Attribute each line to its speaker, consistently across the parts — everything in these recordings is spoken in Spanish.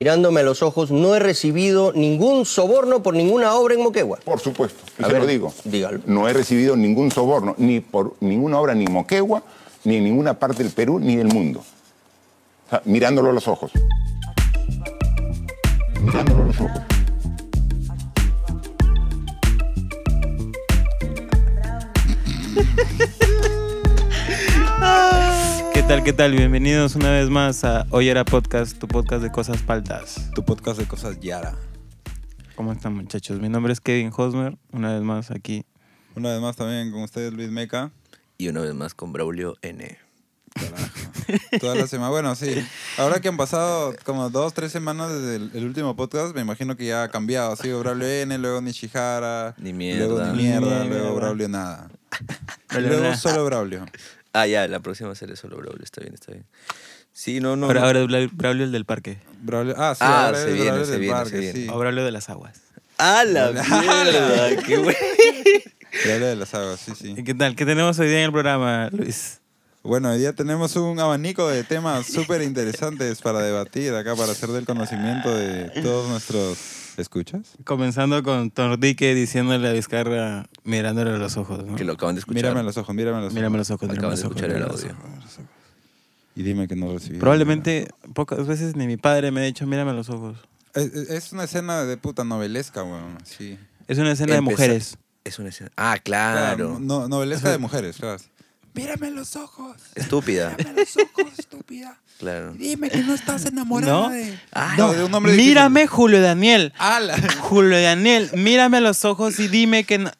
Speaker 1: mirándome a los ojos, no he recibido ningún soborno por ninguna obra en Moquegua.
Speaker 2: Por supuesto, y
Speaker 1: A
Speaker 2: se
Speaker 1: ver,
Speaker 2: lo digo.
Speaker 1: dígalo.
Speaker 2: No he recibido ningún soborno, ni por ninguna obra, ni en Moquegua, ni en ninguna parte del Perú, ni del mundo. O sea, mirándolo a los ojos. Mirándolo a los ojos.
Speaker 3: ¿Qué tal? ¿Qué tal? Bienvenidos una vez más a Hoy Era Podcast, tu podcast de cosas paltas.
Speaker 4: Tu podcast de cosas Yara.
Speaker 3: ¿Cómo están muchachos? Mi nombre es Kevin Hosmer, una vez más aquí.
Speaker 4: Una vez más también con ustedes Luis Meca.
Speaker 5: Y una vez más con Braulio N.
Speaker 4: Toda la semana. Bueno, sí. Ahora que han pasado como dos, tres semanas desde el, el último podcast, me imagino que ya ha cambiado. Ha sido Braulio N, luego Nishihara.
Speaker 5: Ni mierda.
Speaker 4: Luego ni
Speaker 5: Ni
Speaker 4: mierda,
Speaker 3: mierda.
Speaker 4: luego Braulio nada. Y
Speaker 3: Braulio
Speaker 4: luego
Speaker 3: nada.
Speaker 4: solo Braulio.
Speaker 5: Ah, ya, la próxima será solo Braulio, está bien, está bien. Sí, no, no.
Speaker 3: Ahora,
Speaker 5: no.
Speaker 3: ahora es Bla- Braulio el del parque,
Speaker 4: Braulio. Ah, sí,
Speaker 5: Ah,
Speaker 4: ahora
Speaker 5: se
Speaker 4: es
Speaker 5: viene,
Speaker 4: Braulio
Speaker 5: se
Speaker 4: del
Speaker 5: viene, se
Speaker 4: Parque,
Speaker 5: viene.
Speaker 4: sí.
Speaker 3: o Braulio de las aguas.
Speaker 5: ¡A la mierda! ¡Qué güey!
Speaker 4: Braulio de las aguas, sí, sí.
Speaker 3: ¿Y ¿Qué tal? ¿Qué tenemos hoy día en el programa, Luis?
Speaker 4: Bueno, hoy día tenemos un abanico de temas súper interesantes para debatir acá, para hacer del conocimiento de todos nuestros escuchas.
Speaker 3: Comenzando con Tordique diciéndole a Vizcarra, mirándole a los ojos, ¿no?
Speaker 5: Que lo acaban de escuchar.
Speaker 4: Mírame a los ojos, mírame a los
Speaker 3: Mírame a los ojos, mírame a
Speaker 5: Acaban
Speaker 3: los
Speaker 5: de
Speaker 3: ojos.
Speaker 5: escuchar el
Speaker 3: mírame a los
Speaker 5: audio.
Speaker 3: ojos, mírame a los ojos.
Speaker 4: ojos. Y dime que no recibí.
Speaker 3: Probablemente pocas veces ni mi padre me ha dicho, mírame a los ojos.
Speaker 4: Es, es- es una escena de puta novelesca, weón. Sí.
Speaker 3: Es una escena de
Speaker 5: Empezar-
Speaker 3: mujeres.
Speaker 5: Es una escena. Ah,
Speaker 4: Claro.
Speaker 5: claro.
Speaker 4: no- novelesca de mujeres, claro. Mírame a los ojos.
Speaker 5: Estúpida.
Speaker 4: Mírame a los ojos, estúpida.
Speaker 5: Claro.
Speaker 4: Dime que no estás enamorada
Speaker 3: ¿No?
Speaker 4: de.
Speaker 3: Ah,
Speaker 4: no,
Speaker 3: no.
Speaker 4: de un hombre
Speaker 3: Mírame, Julio Daniel.
Speaker 4: ¡Ala!
Speaker 3: Julio Daniel, mírame a los ojos y dime que no.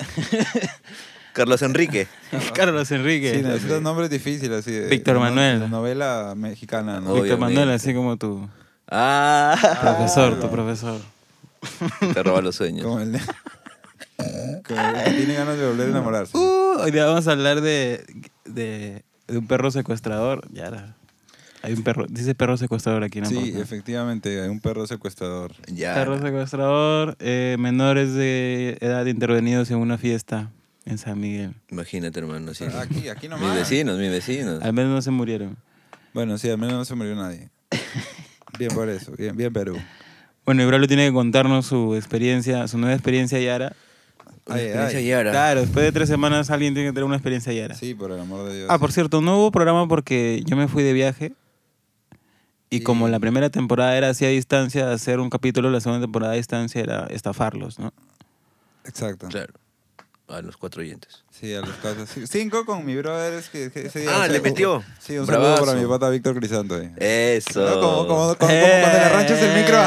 Speaker 5: Carlos Enrique.
Speaker 3: Carlos Enrique.
Speaker 4: Sí, necesitas nombres difíciles así. de-
Speaker 3: Víctor
Speaker 4: de no-
Speaker 3: Manuel.
Speaker 4: de Novela mexicana, ¿no?
Speaker 5: Obvio.
Speaker 3: Víctor Manuel,
Speaker 5: obviamente.
Speaker 3: así como tu
Speaker 5: ¡Ah!
Speaker 3: profesor, tu profesor.
Speaker 5: Te roba los sueños.
Speaker 4: Como el de- como el que tiene ganas de volver a enamorarse.
Speaker 3: Uh, hoy día vamos a hablar de, de, de un perro secuestrador. Ya era. Hay un perro, dice perro secuestrador aquí, ¿no?
Speaker 4: Sí,
Speaker 3: Porque-
Speaker 4: efectivamente, hay un perro secuestrador.
Speaker 5: Ya.
Speaker 3: Perro secuestrador, eh, menores de edad intervenidos en una fiesta en San Miguel.
Speaker 5: Imagínate, hermano. Sí.
Speaker 4: Ah, Aquí, aquí nomás.
Speaker 5: Mis vecinos, mis vecinos.
Speaker 3: Al menos no se murieron.
Speaker 4: Bueno, sí, al menos no se murió nadie. Bien por eso, bien, bien Perú.
Speaker 3: Bueno, y Braulio tiene que contarnos su experiencia, su nueva experiencia Yara.
Speaker 5: Una
Speaker 4: Ay,
Speaker 5: experiencia
Speaker 4: ay.
Speaker 5: Yara.
Speaker 3: Claro, después de tres semanas alguien tiene que tener una experiencia Yara.
Speaker 4: Sí, por el amor de Dios.
Speaker 3: Ah, por cierto, no hubo programa porque yo me fui de viaje. Y como la primera temporada era así a distancia, hacer un capítulo, la segunda temporada a distancia era estafarlos, ¿no?
Speaker 4: Exacto.
Speaker 5: Claro. A los cuatro oyentes.
Speaker 4: Sí, a los casos. Sí, Cinco con mi brother es que, que ese día-
Speaker 5: Ah,
Speaker 4: o sea,
Speaker 5: le metió.
Speaker 4: Sí, un
Speaker 5: Bravazo.
Speaker 4: saludo para mi pata Víctor Crisanto. eh.
Speaker 5: Eso.
Speaker 4: No, como, como, como- como cuando le arranchas el micro.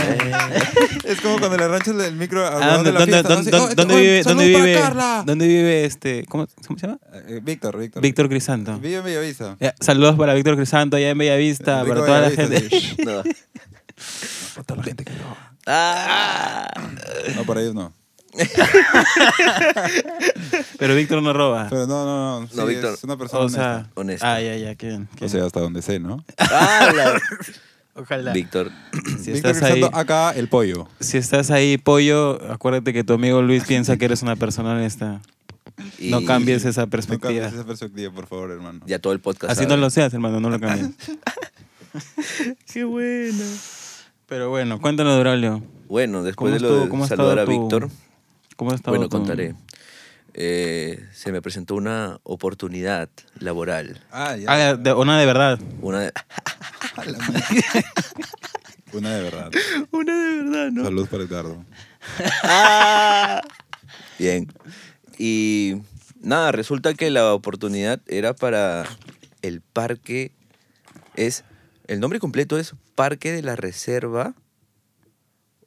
Speaker 4: es como cuando le arranchas el micro a
Speaker 3: Eh. Ah,
Speaker 4: un de la
Speaker 3: ¿dónde-
Speaker 4: fiesta. ¿no?
Speaker 3: dónde-
Speaker 4: Así, "Oh,
Speaker 3: dónde-
Speaker 4: este-
Speaker 3: ¿Dónde
Speaker 4: oh,
Speaker 3: vive, dónde
Speaker 4: saludo para
Speaker 3: vive,
Speaker 4: Carla".
Speaker 3: dónde vive este, ¿cómo, cómo se llama?
Speaker 4: Eh, Víctor, Víctor.
Speaker 3: Víctor Crisanto.
Speaker 4: Vive en Bellavista.
Speaker 3: Ya, saludos para Víctor Crisanto allá en Bellavista,
Speaker 4: Rico
Speaker 3: para toda la
Speaker 4: Bellavista,
Speaker 3: gente.
Speaker 4: sí.
Speaker 5: No.
Speaker 4: Para toda la gente que roba.
Speaker 5: ¡Ah!
Speaker 4: No, para ellos no.
Speaker 3: Pero Víctor no roba.
Speaker 4: Pero no, no, no. Sí,
Speaker 5: No, Víctor.
Speaker 4: Es una persona.
Speaker 3: O sea,
Speaker 5: honesta, honesta.
Speaker 3: ah, ya, ya, qué bien. qué
Speaker 4: honesta. o sea, hasta donde sé, ¿no?
Speaker 5: ¡Ah! la-
Speaker 3: bien. Ojalá.
Speaker 5: Víctor.
Speaker 3: si
Speaker 4: Víctor
Speaker 3: estás ahí,
Speaker 4: Crisanto, acá el pollo.
Speaker 3: si estás ahí, pollo, acuérdate que tu amigo Luis piensa que eres una persona honesta.
Speaker 5: Y
Speaker 3: No cambies esa
Speaker 4: No
Speaker 3: perspectiva.
Speaker 4: cambies esa perspectiva, por favor, hermano.
Speaker 5: Ya todo el podcast.
Speaker 3: Así
Speaker 5: sabe.
Speaker 3: no lo seas, hermano, no lo cambies. Qué bueno. Pero bueno, cuéntanos, Braulio.
Speaker 5: Bueno,
Speaker 3: ¿Cómo
Speaker 5: después de
Speaker 3: es
Speaker 5: lo de
Speaker 3: tu- cómo ha estado
Speaker 5: saludar a
Speaker 3: tu-
Speaker 5: Víctor,
Speaker 3: ¿Cómo está
Speaker 5: bueno, contaré. Eh, se me presentó una oportunidad laboral.
Speaker 4: Ah, ya.
Speaker 3: Ah, de- una de verdad.
Speaker 5: Una de,
Speaker 4: Una de verdad.
Speaker 5: una de verdad,
Speaker 4: Salud para Eduardo.
Speaker 5: Bien. Y nada, resulta que la oportunidad era para el parque. Es. El nombre completo es Parque de la Reserva.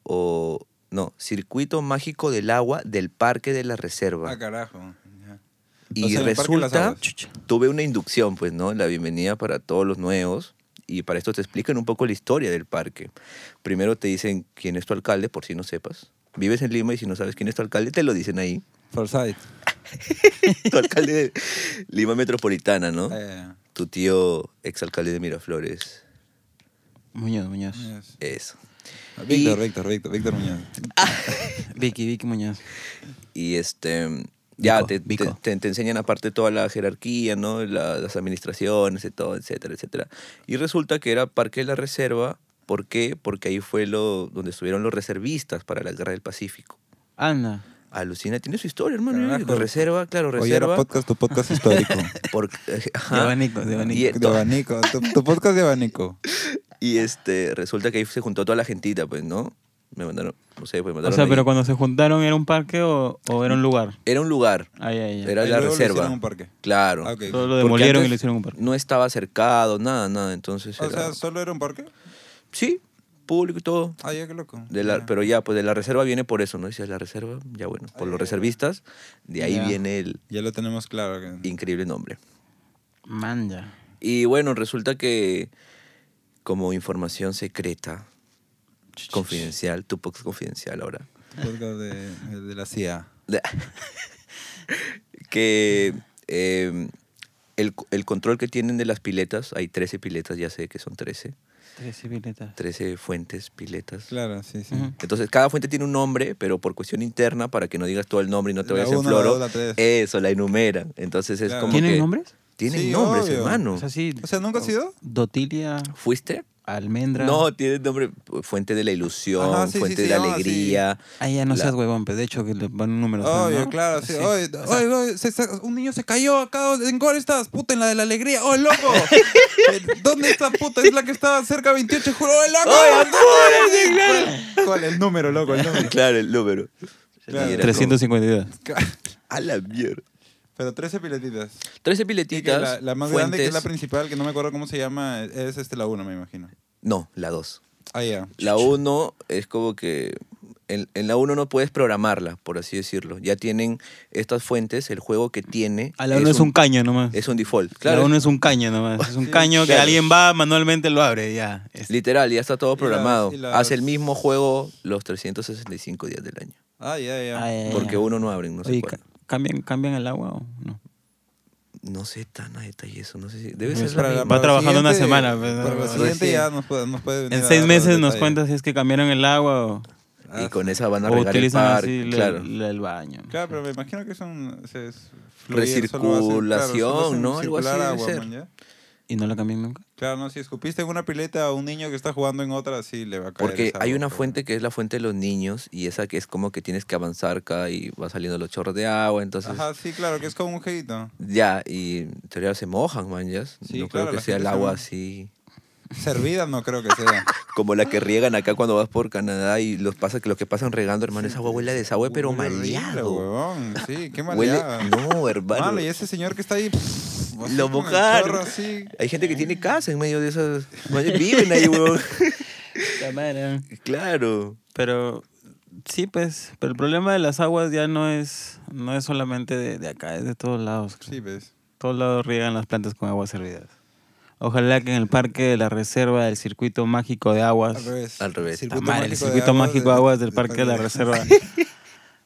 Speaker 5: O. No, Circuito Mágico del Agua del Parque de la Reserva.
Speaker 4: Ah, carajo. Ya.
Speaker 5: Y
Speaker 4: O sea, en el Parque de las
Speaker 5: resulta,
Speaker 4: Aguas.
Speaker 5: chucha, tuve una inducción, pues, ¿no? La bienvenida para todos los nuevos. Y para esto te explican un poco la historia del parque. Primero te dicen quién es tu alcalde, por si no sepas. Vives en Lima y si no sabes quién es tu alcalde, te lo dicen ahí.
Speaker 4: Forsyth.
Speaker 5: Tu alcalde de Lima Metropolitana, ¿no?
Speaker 4: Eh,
Speaker 5: Tu tío exalcalde de Miraflores.
Speaker 3: Muñoz, Muñoz.
Speaker 4: yes.
Speaker 5: Eso.
Speaker 4: Víctor,
Speaker 5: Y-
Speaker 4: Víctor, Víctor, Víctor Muñoz.
Speaker 3: Vicky, Vicky Muñoz.
Speaker 5: Y este. Ya
Speaker 3: Vico,
Speaker 5: te, te-
Speaker 3: Vico.
Speaker 5: te- te enseñan aparte toda la jerarquía, ¿no? La- las administraciones y todo, etcétera, etcétera. Y resulta que era Parque de la Reserva ¿Por qué? Porque ahí fue lo, donde estuvieron los reservistas para la guerra del Pacífico.
Speaker 3: Anda.
Speaker 5: Alucina, tiene su historia, hermano.
Speaker 4: Carajo.
Speaker 5: Con reserva, claro,
Speaker 4: Oye, era
Speaker 5: reserva.
Speaker 4: podcast, tu podcast histórico.
Speaker 5: porque- ajá.
Speaker 3: De abanico, de abanico.
Speaker 5: Y-
Speaker 4: de abanico, tu, tu podcast de abanico.
Speaker 5: Y este, resulta que ahí se juntó toda la gentita, pues, ¿no? Me mandaron, no sé, pues me
Speaker 3: O
Speaker 5: mandaron.
Speaker 3: sea,
Speaker 5: ahí.
Speaker 3: pero cuando se juntaron, ¿era un parque o, o era un lugar?
Speaker 5: Era un lugar,
Speaker 3: Ahí, ahí. ahí.
Speaker 5: era
Speaker 4: Y
Speaker 5: la
Speaker 4: luego lo
Speaker 5: reserva.
Speaker 4: hicieron un parque.
Speaker 5: Claro.
Speaker 4: Ah, ok.
Speaker 3: Todo lo
Speaker 5: Porque
Speaker 3: demolieron y
Speaker 5: antes
Speaker 3: lo hicieron un parque.
Speaker 5: No estaba cercado, nada, nada. Entonces.
Speaker 4: O
Speaker 5: era-
Speaker 4: sea, solo era un parque.
Speaker 5: sí, público y todo.
Speaker 4: Ah, ya, qué loco.
Speaker 5: De la-
Speaker 4: Ya.
Speaker 5: pero ya, pues de la reserva viene por eso, ¿no? Dices la reserva, ya bueno, por los reservistas. De ahí
Speaker 3: Ya.
Speaker 5: viene el
Speaker 4: Ya lo tenemos claro. que-
Speaker 5: increíble nombre.
Speaker 3: Manja.
Speaker 5: Y bueno, resulta que como información secreta, confidencial, tu podcast confidencial ahora.
Speaker 4: Tu podcast de, de la CIA.
Speaker 5: De- que eh, el, el control que tienen de las piletas, hay 13 piletas, ya sé que son 13,
Speaker 3: Tres civiletas.
Speaker 5: 13 fuentes, piletas.
Speaker 4: Claro, sí, sí.
Speaker 3: Ujú.
Speaker 5: Entonces, cada fuente tiene un nombre, pero por cuestión interna, para que no digas todo el nombre y no te
Speaker 4: La
Speaker 5: vayas en
Speaker 4: uno, la
Speaker 5: floro,
Speaker 4: dos, la tres.
Speaker 5: eso, la enumeran. Entonces, es
Speaker 4: Claro.
Speaker 5: como
Speaker 3: ¿Tienen
Speaker 5: que-
Speaker 3: nombres?
Speaker 5: Tienen
Speaker 4: Sí,
Speaker 5: nombres,
Speaker 4: obvio.
Speaker 5: hermano.
Speaker 3: O sea, sí.
Speaker 4: O sea, ¿nunca has ido?
Speaker 3: Dotilia,
Speaker 5: ¿Fuiste?
Speaker 3: almendra.
Speaker 5: No, tiene nombre, fuente de la ilusión,
Speaker 4: Ajá, sí,
Speaker 5: fuente
Speaker 4: sí, sí,
Speaker 5: de la
Speaker 4: no, sí.
Speaker 5: alegría.
Speaker 3: Ah, ya no
Speaker 5: La-
Speaker 3: seas huevón, pero de hecho que le van un número.
Speaker 4: Oye,
Speaker 3: ¿no?
Speaker 4: claro, sí.
Speaker 3: Así.
Speaker 4: Oye, oye, oye, se- se- un niño se cayó acá. ¿En cuál estás? Puta, en la de la alegría. ¡Oh, loco! Eh, ¿Dónde está, puta? Es la que estaba cerca de 28 juro. ¡Oh, loco! ¿Cuál, cuál? El número, loco, el número.
Speaker 5: claro, el número.
Speaker 4: Claro.
Speaker 5: Y era como-
Speaker 3: 352.
Speaker 5: A la mierda.
Speaker 4: Pero 13 piletitas. Y
Speaker 5: 13
Speaker 4: que
Speaker 5: piletitas.
Speaker 4: la, la más grande, que es la
Speaker 5: fuentes-
Speaker 4: principal, que no me acuerdo cómo se llama, es este la 1, me imagino.
Speaker 5: No, la 2.
Speaker 4: Ah, ya.
Speaker 5: La 1 es como que. En, en la 1 no puedes programarla, por así decirlo. Ya tienen estas fuentes, el juego que tiene.
Speaker 3: A la 1 es, un caño nomás.
Speaker 5: Es un default.
Speaker 3: Claro.
Speaker 5: Claro.
Speaker 3: La 1 es un caño nomás. Es un
Speaker 4: Sí,
Speaker 3: caño que
Speaker 5: claro.
Speaker 3: alguien va, manualmente lo abre, ya. Es-
Speaker 5: Literal, ya está todo programado.
Speaker 4: y las-
Speaker 5: Hace el mismo juego los 365 días del año.
Speaker 4: Ah, ya, ya.
Speaker 3: Ah, ya, ya,
Speaker 5: Porque
Speaker 3: ya.
Speaker 5: uno no abre, no se
Speaker 3: Oye,
Speaker 5: puede.
Speaker 3: ca- ¿cambian, ¿cambian el agua o no?
Speaker 5: No sé tan a detalle eso. No sé si. Debe
Speaker 3: Es
Speaker 5: ser la
Speaker 3: para la-
Speaker 5: misma.
Speaker 3: Va trabajando una
Speaker 4: siguiente-
Speaker 3: semana, pues,
Speaker 4: Para la
Speaker 3: recién.
Speaker 4: siguiente ya nos puede, nos puede venir
Speaker 3: En
Speaker 4: a
Speaker 3: seis
Speaker 4: dar
Speaker 3: meses
Speaker 4: los
Speaker 3: nos
Speaker 4: detalles.
Speaker 3: cuentas si es que cambiaron el agua o,
Speaker 4: ah,
Speaker 5: Y con esa van a
Speaker 3: o
Speaker 5: regar el
Speaker 3: utilizan
Speaker 5: parque.
Speaker 3: así la-
Speaker 5: claro.
Speaker 3: la- el baño.
Speaker 4: Claro, pero me imagino que son. se es fluir, solo hace- claro, solo
Speaker 5: Recirculación,
Speaker 4: hacen
Speaker 5: ¿no? Algo así
Speaker 4: circular
Speaker 5: debe
Speaker 4: agua,
Speaker 5: ser.
Speaker 4: man, ¿ya?
Speaker 3: ¿Y no la cambian nunca?
Speaker 4: Claro, no, si escupiste en una pileta a un niño que está jugando en otra, sí le va a caer.
Speaker 5: Porque
Speaker 4: esa
Speaker 5: hay
Speaker 4: agua,
Speaker 5: una
Speaker 4: pero
Speaker 5: fuente que es la fuente de los niños y esa que es como que tienes que avanzar acá y va saliendo los chorros de agua, entonces
Speaker 4: bueno. Ajá, sí, claro, que es como un jueguito.
Speaker 5: ya, y en teoría se mojan, man, ya.
Speaker 4: Sí, claro,
Speaker 5: no creo
Speaker 4: la
Speaker 5: que sea el
Speaker 4: gente se
Speaker 5: agua
Speaker 4: moja.
Speaker 5: así
Speaker 4: Servida no creo que sea.
Speaker 5: como la que riegan acá cuando vas por Canadá y los pasa los que pasan regando, hermano, esa agua huele a desagüe pero
Speaker 4: Huele horrible,
Speaker 5: maleado.
Speaker 4: huevón, Sí, qué
Speaker 5: Huele,
Speaker 4: maleada.
Speaker 5: no, hermano.
Speaker 4: Malo, y ese señor que está ahí. pff, así
Speaker 5: lo
Speaker 4: con el chorro
Speaker 5: mojaron.
Speaker 4: así.
Speaker 5: Hay gente que tiene casa en medio de esas, man, viven ahí, huevón. claro.
Speaker 3: Pero sí, pues, pero el problema de las aguas ya no es, no es solamente de, de acá, es de todos lados. creo.
Speaker 4: Sí, ves.
Speaker 3: Todos lados riegan las plantas con aguas hervidas. Ojalá que en el parque de la reserva del circuito mágico de aguas,
Speaker 4: Al revés.
Speaker 5: Al revés.
Speaker 3: Puta madre, el
Speaker 4: mágico de
Speaker 3: circuito
Speaker 4: aguas
Speaker 3: mágico de aguas del parque de la reserva,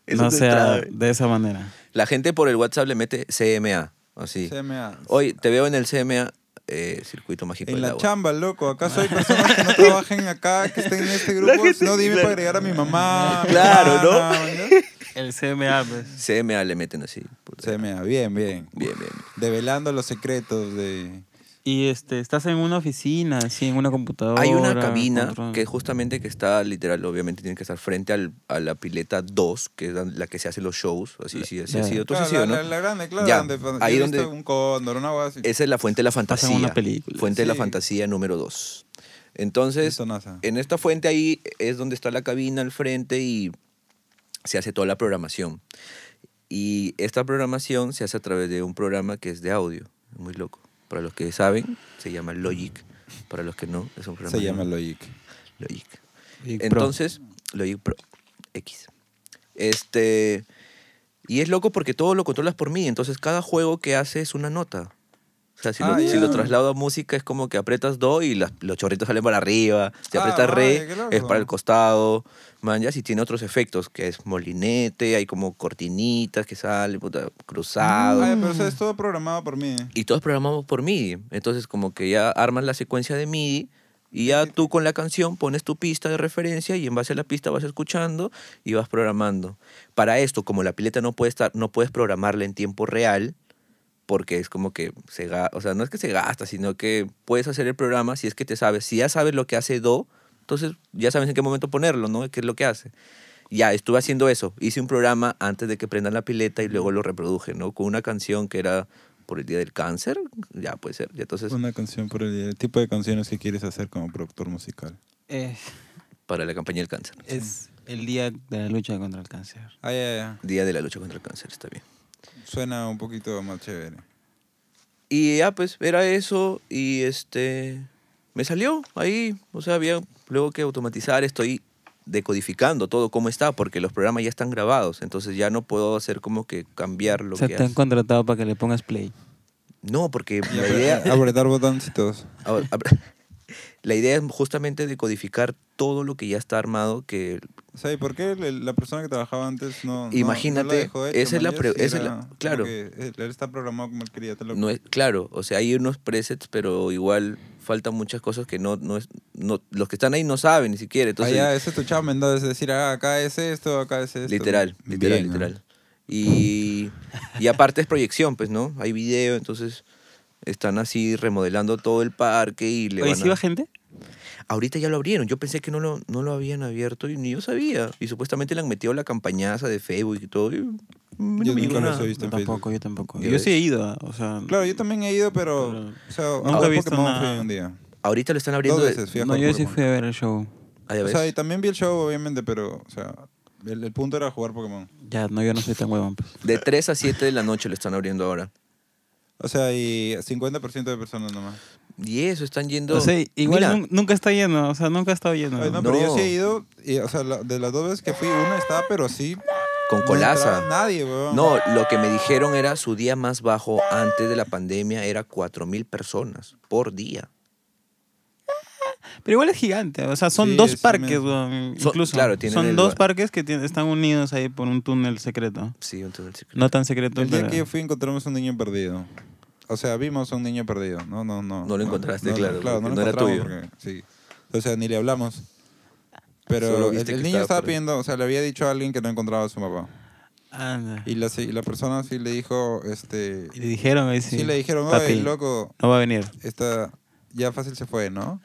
Speaker 5: Eso
Speaker 3: no
Speaker 5: te
Speaker 3: sea
Speaker 5: trae.
Speaker 3: de esa manera.
Speaker 5: La gente por el WhatsApp le mete CMA, así.
Speaker 4: CMA.
Speaker 5: Hoy te veo en el CMA, eh, Circuito Mágico
Speaker 4: En
Speaker 5: del
Speaker 4: la
Speaker 5: Agua.
Speaker 4: chamba, loco. Acá soy personas que no trabajen acá, que estén en este grupo.
Speaker 5: gente-
Speaker 4: no dime
Speaker 5: Ah. la-
Speaker 4: para agregar a mi mamá. a mi
Speaker 5: Claro, ¿no?
Speaker 4: hermana,
Speaker 3: El CMA, pues.
Speaker 5: CMA le meten así.
Speaker 4: ¿no? CMA, bien, bien.
Speaker 5: Bien, bien.
Speaker 4: Develando los secretos de.
Speaker 3: Y este, estás en una oficina, así, en una computadora.
Speaker 5: Hay una cabina
Speaker 3: otro-
Speaker 5: que justamente que está literal, obviamente tiene que estar frente al- a la pileta 2, que es la- la que se hacen los shows. Así, sí, así
Speaker 3: Eh, Ya.
Speaker 5: ha sido. Tú has
Speaker 4: Claro,
Speaker 5: sido,
Speaker 4: Ah, la,
Speaker 5: ¿no?
Speaker 4: la- la grande, claro.
Speaker 5: Ya,
Speaker 4: donde- donde-
Speaker 5: ahí
Speaker 4: yo he
Speaker 5: donde-
Speaker 4: visto Un cóndor, una agua así.
Speaker 5: Esa es la fuente de la
Speaker 3: Pasa
Speaker 5: fantasía.
Speaker 3: en una película.
Speaker 5: Fuente de la
Speaker 4: Sí.
Speaker 5: fantasía número 2. Entonces,
Speaker 4: Listo, NASA.
Speaker 5: en esta fuente ahí es donde está la cabina al frente y se hace toda la programación. Y esta programación se hace a través de un programa que es de audio, muy loco. Para los que saben, se llama Logic. Para los que no, es un programa
Speaker 4: Se
Speaker 5: de-
Speaker 4: llama Logic.
Speaker 5: Logic.
Speaker 3: Logic Pro.
Speaker 5: Entonces, Logic Pro X. Este y es loco porque todo lo controlas por mí, entonces cada juego que hace es una nota. O sea, si,
Speaker 4: Ah,
Speaker 5: lo, si
Speaker 4: ya.
Speaker 5: lo traslado a música es como que apretas do y las- los chorritos salen para arriba, si
Speaker 4: Ah, vaya,
Speaker 5: aprietas re
Speaker 4: qué loco.
Speaker 5: es para el costado, man, ya si tiene otros efectos que es molinete, hay como cortinitas que salen, puta, cruzado.
Speaker 4: Ay, pero eso es todo programado por mí. ¿eh?
Speaker 5: Y todo es programado por MIDI. Entonces, como que ya armas la secuencia de MIDI y ya tú con la canción pones tu pista de referencia y en base a la pista vas escuchando y vas programando. Para esto, como la pileta no puede estar, no puedes programarla en tiempo real porque es como que se gasta, o sea, no es que se gasta, sino que puedes hacer el programa si es que te sabes, si ya sabes lo que hace do, Entonces ya sabes en qué momento ponerlo, ¿no? ¿Qué es lo que hace? Ya, estuve haciendo eso. Hice un programa antes de que prendan la pileta y luego lo reproduje, ¿no? Con una canción que era por el Día del Cáncer. Ya, puede ser. Y entonces,
Speaker 4: Una canción por el, día, el tipo de canciones que quieres hacer como productor musical.
Speaker 3: Eh,
Speaker 5: para la campaña del cáncer.
Speaker 3: es el día de la lucha contra el cáncer.
Speaker 4: Ah, ya, ya.
Speaker 5: Día de la lucha contra el cáncer, está bien.
Speaker 4: Suena un poquito más chévere.
Speaker 5: Y ya, pues, era eso y este... Me salió ahí, o sea, había luego que automatizar, estoy decodificando todo cómo está, porque los programas ya están grabados, entonces ya no puedo hacer como que cambiar lo
Speaker 3: O sea,
Speaker 5: que
Speaker 3: te han
Speaker 5: hace.
Speaker 3: contratado para que le pongas play.
Speaker 5: No, porque
Speaker 4: Y
Speaker 5: la idea,
Speaker 4: apretar, apretar botoncitos.
Speaker 5: ahora, abra- la idea es justamente decodificar todo lo que ya está armado, que
Speaker 4: O sea, ¿y por qué el- la persona que trabajaba antes no- no... no la
Speaker 5: Imagínate,
Speaker 4: dejó hecho,
Speaker 5: esa
Speaker 4: man?
Speaker 5: es la
Speaker 4: Ya
Speaker 5: pre-
Speaker 4: sí
Speaker 5: esa es la-
Speaker 4: era como
Speaker 5: claro.
Speaker 4: que Él él está programado como él quería, te lo
Speaker 5: no es claro, o sea, hay unos presets, pero igual faltan muchas cosas que no, no es, no, los que están ahí no saben ni siquiera, entonces...
Speaker 4: Allá, Ah, ese es tu chamba, entonces decir, ah, acá es esto, acá es esto.
Speaker 5: Literal, literal,
Speaker 4: Bien, ¿no?
Speaker 5: literal. Y, y aparte es proyección, pues, ¿no? Hay video, entonces están así remodelando todo el parque y le
Speaker 3: Oye,
Speaker 5: van
Speaker 3: ¿sí
Speaker 5: a-
Speaker 3: va gente?
Speaker 5: Ahorita ya lo abrieron. Yo pensé que no lo, no lo habían abierto y ni yo sabía. Y supuestamente le han metido la campañaza de Facebook y todo. y, mm,
Speaker 4: Yo
Speaker 5: no me
Speaker 4: nunca
Speaker 5: digo
Speaker 4: los
Speaker 5: nada.
Speaker 4: he visto
Speaker 3: Yo
Speaker 4: en Facebook.
Speaker 3: tampoco, yo tampoco.
Speaker 5: Ya
Speaker 3: Yo
Speaker 5: ves.
Speaker 3: sí he ido, ah, o sea...
Speaker 4: Claro, yo también he ido, pero... O sea, a un
Speaker 3: Nunca he visto
Speaker 4: Pokémon
Speaker 3: nada.
Speaker 4: fui un día.
Speaker 5: Ahorita lo están abriendo.
Speaker 4: Dos
Speaker 5: de-
Speaker 4: veces fui a
Speaker 3: No,
Speaker 4: jugar
Speaker 3: yo sí
Speaker 4: Pokémon.
Speaker 3: fui a ver el show.
Speaker 5: Ah, ya
Speaker 4: O
Speaker 5: ves.
Speaker 4: sea, y también vi el show, obviamente, pero, o sea, el, el punto era jugar Pokémon.
Speaker 3: Ya, no, yo no soy tan huevón, pues.
Speaker 5: De 3 a 7 de la noche lo están abriendo ahora.
Speaker 4: O sea, y 50% de personas nomás.
Speaker 5: Y eso, están yendo.
Speaker 3: O sea, igual
Speaker 5: Mira,
Speaker 3: nun- nunca está lleno, o sea, nunca ha estado lleno.
Speaker 4: Ay, no,
Speaker 5: No.
Speaker 4: pero yo sí he ido, y, o sea, la- de las dos veces que fui, una estaba, pero sí.
Speaker 5: con
Speaker 4: no
Speaker 5: colaza.
Speaker 4: entraba nadie, weón.
Speaker 5: No, lo que me dijeron era su día más bajo antes de la pandemia era 4.000 personas por día.
Speaker 3: Pero igual es gigante, o sea, son
Speaker 4: Sí,
Speaker 3: dos
Speaker 4: es
Speaker 3: parques,
Speaker 4: inmenso.
Speaker 3: weón,
Speaker 5: Son-
Speaker 3: incluso.
Speaker 5: claro, tienen
Speaker 3: son
Speaker 5: el-
Speaker 3: dos parques que tien- están unidos ahí por un túnel secreto.
Speaker 5: Sí, entonces
Speaker 3: No tan secreto,
Speaker 4: El día
Speaker 3: pero...
Speaker 4: que yo fui encontramos un niño perdido. O sea, vimos a un niño perdido. No, no, no.
Speaker 5: No lo encontraste, claro,
Speaker 4: no,
Speaker 5: porque
Speaker 4: lo
Speaker 5: no era
Speaker 4: encontramos
Speaker 5: tuyo.
Speaker 4: porque- sí. O sea, ni le hablamos.
Speaker 5: Solo
Speaker 4: Pero el,
Speaker 5: viste
Speaker 4: el
Speaker 5: que
Speaker 4: niño
Speaker 5: estaba
Speaker 4: estaba
Speaker 5: perdido.
Speaker 4: pidiendo, o sea, le había dicho a alguien que no encontraba a su papá.
Speaker 3: Anda.
Speaker 4: Y la, y la persona sí le dijo, este...
Speaker 3: Y le dijeron ahí sí.
Speaker 4: Sí, le dijeron,
Speaker 3: "Papi,
Speaker 4: oye, loco,
Speaker 3: No va a venir.
Speaker 4: Esta ya fácil se fue, ¿no?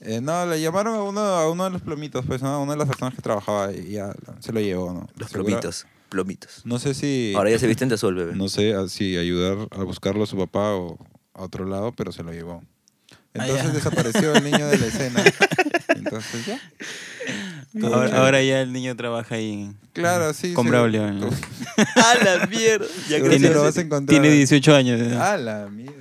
Speaker 4: Eh, no, le llamaron a uno, a uno de los plomitos, pues, ¿no? a una de las personas que trabajaba ahí, y ya se lo llevó, ¿no?
Speaker 5: Los
Speaker 4: Segura-
Speaker 5: plomitos, plomitos.
Speaker 4: No sé si.
Speaker 5: Ahora ya se visten de azul, bebé.
Speaker 4: No sé a- si ayudar a buscarlo a su papá o a otro lado, pero se lo llevó.
Speaker 3: Ah,
Speaker 4: Entonces
Speaker 3: ya.
Speaker 4: desapareció el niño de la escena. Entonces ya. Todo
Speaker 3: Ahora,
Speaker 4: chévere.
Speaker 3: ahora ya el niño trabaja ahí.
Speaker 4: Claro, Ah, sí.
Speaker 3: Con
Speaker 4: se-
Speaker 3: Braulio. ¿no?
Speaker 5: ¡A la mierda! Ya
Speaker 4: Seguro
Speaker 5: creció.
Speaker 4: se lo vas a encontrar. Ah,
Speaker 3: Tiene 18 años. ¿eh?
Speaker 4: A la mierda.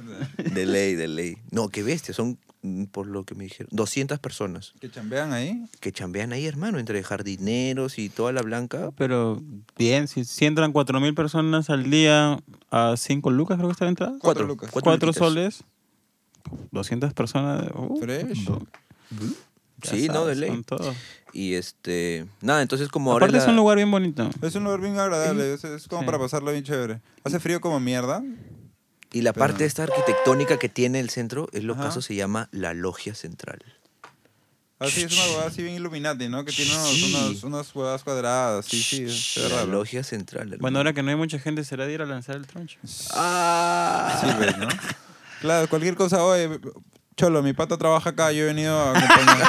Speaker 5: De ley, de ley. No, qué bestia. Son, mm, por lo que me dijeron, 200 personas
Speaker 4: Que chambean ahí.
Speaker 5: que chambean ahí, hermano, entre jardineros y toda la blanca.
Speaker 3: Pero bien, si, si entran 4.000 personas al día a 5 lucas, creo que está la entrada.
Speaker 4: Cuatro
Speaker 5: Cuatro,
Speaker 4: lucas.
Speaker 5: cuatro
Speaker 3: 4
Speaker 5: luquitas.
Speaker 3: soles. 200 personas. uh,
Speaker 4: Fresh.
Speaker 3: do- ya
Speaker 5: Sí, no, de
Speaker 3: sabes,
Speaker 5: ley.
Speaker 3: Con todo.
Speaker 5: Y este. Nada, entonces como ahora.
Speaker 3: Aparte es
Speaker 5: la-
Speaker 3: un lugar bien bonito.
Speaker 4: Es un lugar bien agradable. Es, es como
Speaker 3: Sí.
Speaker 4: para pasarlo bien chévere. Hace frío como mierda.
Speaker 5: Y la
Speaker 4: Pero-
Speaker 5: parte esta arquitectónica que tiene el centro, el
Speaker 4: Ajá.
Speaker 5: ocaso se llama la logia central.
Speaker 4: Así es una huevada así bien Illuminati, ¿no? Que tiene unos,
Speaker 5: Sí.
Speaker 4: unas, unas huevadas cuadradas. Sí, sí. Es
Speaker 5: la
Speaker 4: raro.
Speaker 5: logia central. hermano.
Speaker 3: Bueno, ahora que no hay mucha gente, será de ir a lanzar el troncho.
Speaker 5: Ah.
Speaker 4: Sí, ves, ¿no? Claro, cualquier cosa. Oye, cholo, mi pata trabaja acá. Yo he venido a acompañar.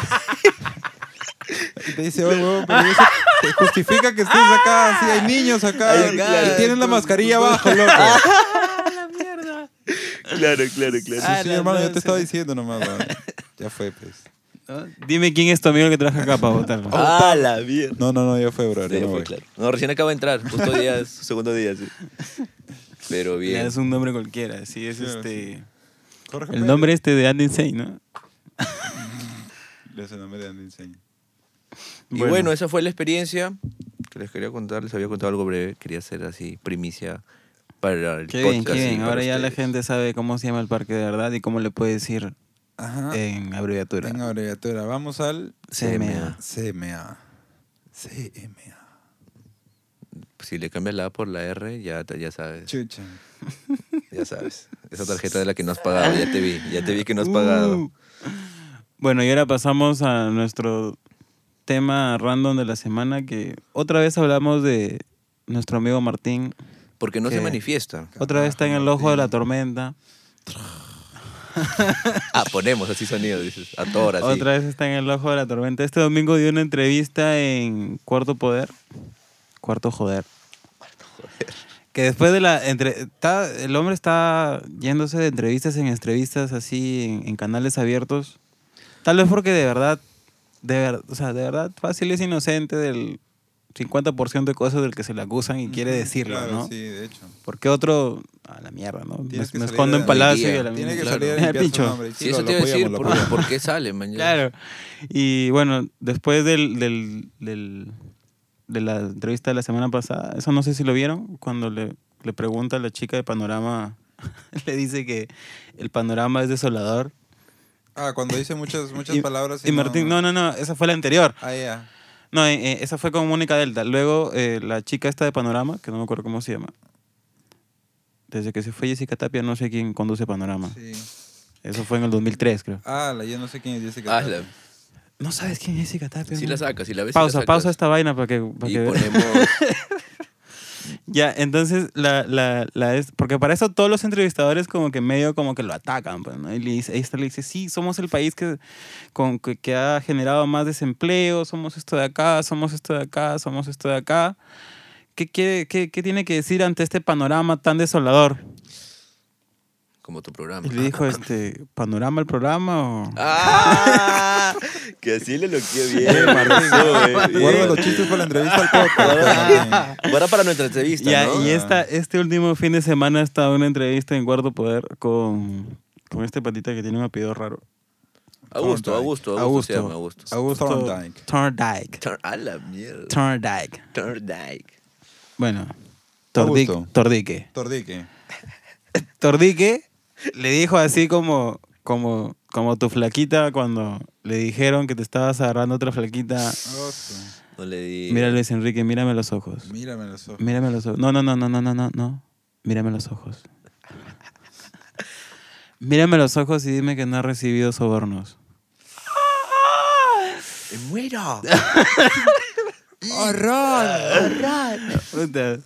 Speaker 4: y te dice, oye, huevón, pero eso te justifica que estés acá. Sí, hay niños acá.
Speaker 5: Ay, claro. Ah,
Speaker 4: y tienen la mascarilla abajo, loco.
Speaker 5: Claro, claro, claro.
Speaker 3: Ah,
Speaker 4: Sí, sí, hermano, yo te estaba diciendo nomás. huevón. Ya fue, pues.
Speaker 3: ¿No? Dime quién es tu amigo que trabaja acá para votar.
Speaker 5: Ah, la mierda.
Speaker 4: No, no, no, ya fue, bro.
Speaker 5: Sí,
Speaker 4: ya no
Speaker 5: fue
Speaker 4: voy.
Speaker 5: claro. No, recién acaba de entrar, justo día, es su segundo día, sí. Pero bien.
Speaker 3: Es un nombre cualquiera, sí, es
Speaker 4: Sí,
Speaker 3: este.
Speaker 4: Jorge
Speaker 3: El
Speaker 4: Pérez.
Speaker 3: nombre este de Andy Insane, ¿no?
Speaker 4: Le hace nombre de Andy Insane.
Speaker 5: Y bueno. esa fue la experiencia que les quería contar. Les había contado algo breve. Quería hacer así primicia para el
Speaker 3: Qué bien,
Speaker 5: podcast.
Speaker 3: qué
Speaker 5: y
Speaker 3: bien.
Speaker 5: para
Speaker 3: Ahora ya la
Speaker 5: ustedes.
Speaker 3: gente sabe cómo se llama el parque de verdad y cómo le puede decir
Speaker 4: Ajá.
Speaker 5: Eh,
Speaker 3: en abreviatura.
Speaker 4: Ah. En abreviatura. Vamos al
Speaker 3: CMA.
Speaker 4: CMA. CMA.
Speaker 5: Si le cambias la A por la R, ya, te- ya sabes.
Speaker 4: Chucha.
Speaker 5: Ya sabes. Esa tarjeta de la que no has pagado, ya te vi. Ya te vi que no has
Speaker 3: Uh.
Speaker 5: pagado.
Speaker 3: Bueno, y ahora pasamos a nuestro tema random de la semana que otra vez hablamos de nuestro amigo Martín.
Speaker 5: Porque no
Speaker 3: ¿Qué?
Speaker 5: se manifiesta.
Speaker 3: Otra vez está en el ojo de la tormenta.
Speaker 5: Ah, ponemos así sonido, dices. A Thor, así.
Speaker 3: Otra vez está en el ojo de la tormenta. Este domingo dio una entrevista en Cuarto Poder. Cuarto Joder. Que después de la... Entre, está- el hombre está yéndose de entrevistas en entrevistas así en, en canales abiertos. Tal vez porque de verdad, de ver- o sea, de verdad fácil es inocente del 50% de cosas del que se le acusan y quiere decirlo,
Speaker 4: Claro,
Speaker 3: ¿no?
Speaker 4: sí, de hecho.
Speaker 3: Porque otro, a la mierda, ¿no? Me,
Speaker 4: Tienes que
Speaker 3: me
Speaker 4: salir
Speaker 3: escondo
Speaker 4: de
Speaker 3: en
Speaker 4: la
Speaker 3: palacio y
Speaker 5: miseria.
Speaker 3: a la
Speaker 4: Tiene
Speaker 3: mierda.
Speaker 4: que
Speaker 3: Claro.
Speaker 4: salir a
Speaker 3: Ah,
Speaker 4: limpiar su
Speaker 3: pincho.
Speaker 4: nombre.
Speaker 5: Sí, eso te iba a decir, ¿por, por qué sale, man?
Speaker 3: Claro. Y bueno, después del, del- del- de la entrevista de la semana pasada, eso no sé si lo vieron, cuando le, le pregunta a la chica de Panorama, le dice que el panorama es desolador.
Speaker 4: Ah, cuando dice muchas, muchas
Speaker 3: y,
Speaker 4: palabras.
Speaker 3: Y Martín, no, no, no, esa fue la anterior.
Speaker 4: Ah, ya.
Speaker 3: No, eh, eh, esa fue con Mónica Delta. Luego eh, la chica esta de Panorama, que no me acuerdo cómo se llama. Desde que se fue Jessica Tapia, no sé quién conduce Panorama.
Speaker 4: Sí.
Speaker 3: Eso fue en el 2003, creo.
Speaker 4: Ah, la, yo no sé quién es Jessica.
Speaker 5: Ah, la-
Speaker 3: No sabes quién es Jessica Tapia.
Speaker 5: si
Speaker 3: ¿no?
Speaker 5: la sacas, si la ves. si la
Speaker 3: pausa,
Speaker 5: sacas.
Speaker 3: pausa esta vaina para que, para
Speaker 5: Y
Speaker 3: que veas.
Speaker 5: ponemos.
Speaker 3: Ya, entonces, la, la, la es, porque para eso todos los entrevistadores como que medio como que lo atacan, pues, ¿no? Y le dice, esta le dice, sí, somos el país que, con, que, que ha generado más desempleo, somos esto de acá, somos esto de acá, somos esto de acá. ¿Qué, quiere- qué, qué tiene que decir ante este panorama tan desolador?
Speaker 5: Como tu programa.
Speaker 3: Y le dijo, este, ¿panorama el programa o...?
Speaker 5: ¡Ah! Que así le loqueé bien, Martín.
Speaker 4: Guarda los chistes para la entrevista al podcast. Martín.
Speaker 5: Guarda para nuestra entrevista,
Speaker 3: Ya,
Speaker 5: ¿no?
Speaker 3: y esta, este último fin de semana ha estado una entrevista en Cuarto Poder con, con este patita que tiene un apellido raro.
Speaker 5: Augusto,
Speaker 3: eh.
Speaker 5: Augusto, Augusto. se llama Augusto.
Speaker 4: Augusto Thorndike.
Speaker 3: Thorndike.
Speaker 5: Tur- A la mierda.
Speaker 3: Thorndike.
Speaker 5: Turndyke.
Speaker 3: Bueno, Tordique.
Speaker 4: Augusto.
Speaker 3: Tordique.
Speaker 4: Tordique.
Speaker 3: Tordique le dijo así como, como, como tu flaquita cuando le dijeron que te estabas agarrando a otra flaquita.
Speaker 4: Augusto.
Speaker 5: No le di.
Speaker 3: Mira Luis Enrique, mírame los ojos.
Speaker 4: Mírame los ojos.
Speaker 3: Mírame los ojos. No, no, no, no, no, no, no, no. Mírame los ojos. Mírame los ojos y dime que no has recibido sobornos.
Speaker 5: ¡Me muero!
Speaker 3: Puta.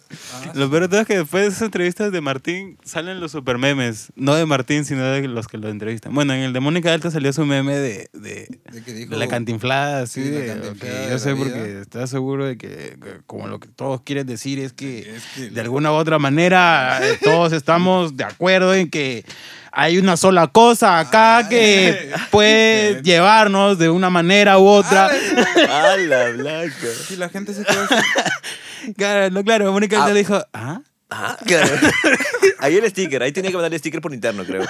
Speaker 3: Lo peor de todo es que después de esas entrevistas de Martín salen los super memes. No de Martín, sino de los que lo entrevistan. Bueno, en el de Mónica Alta salió su meme de, de,
Speaker 4: ¿De qué dijo?
Speaker 3: de la cantinflada, así
Speaker 4: Oh. Sí, la
Speaker 3: de,
Speaker 4: cantinflada
Speaker 3: ok,
Speaker 4: de
Speaker 3: yo
Speaker 4: la
Speaker 3: sé
Speaker 4: vida.
Speaker 3: porque estás seguro de que, que como lo que todos quieren decir es que,
Speaker 4: Es que-
Speaker 3: de alguna u otra manera eh, todos estamos de acuerdo en que hay una sola cosa
Speaker 4: Ah,
Speaker 3: acá
Speaker 4: eh,
Speaker 3: que puede llevarnos de una manera u
Speaker 4: Ah,
Speaker 3: otra.
Speaker 4: eh.
Speaker 5: ¡A la blanca!
Speaker 4: Y la gente se quedó así.
Speaker 3: Claro, no, claro, Mónica Alta
Speaker 5: Ah.
Speaker 3: dijo, ¿ah?
Speaker 5: Ah, claro. Ahí el sticker, ahí tenía que mandarle sticker por interno, creo.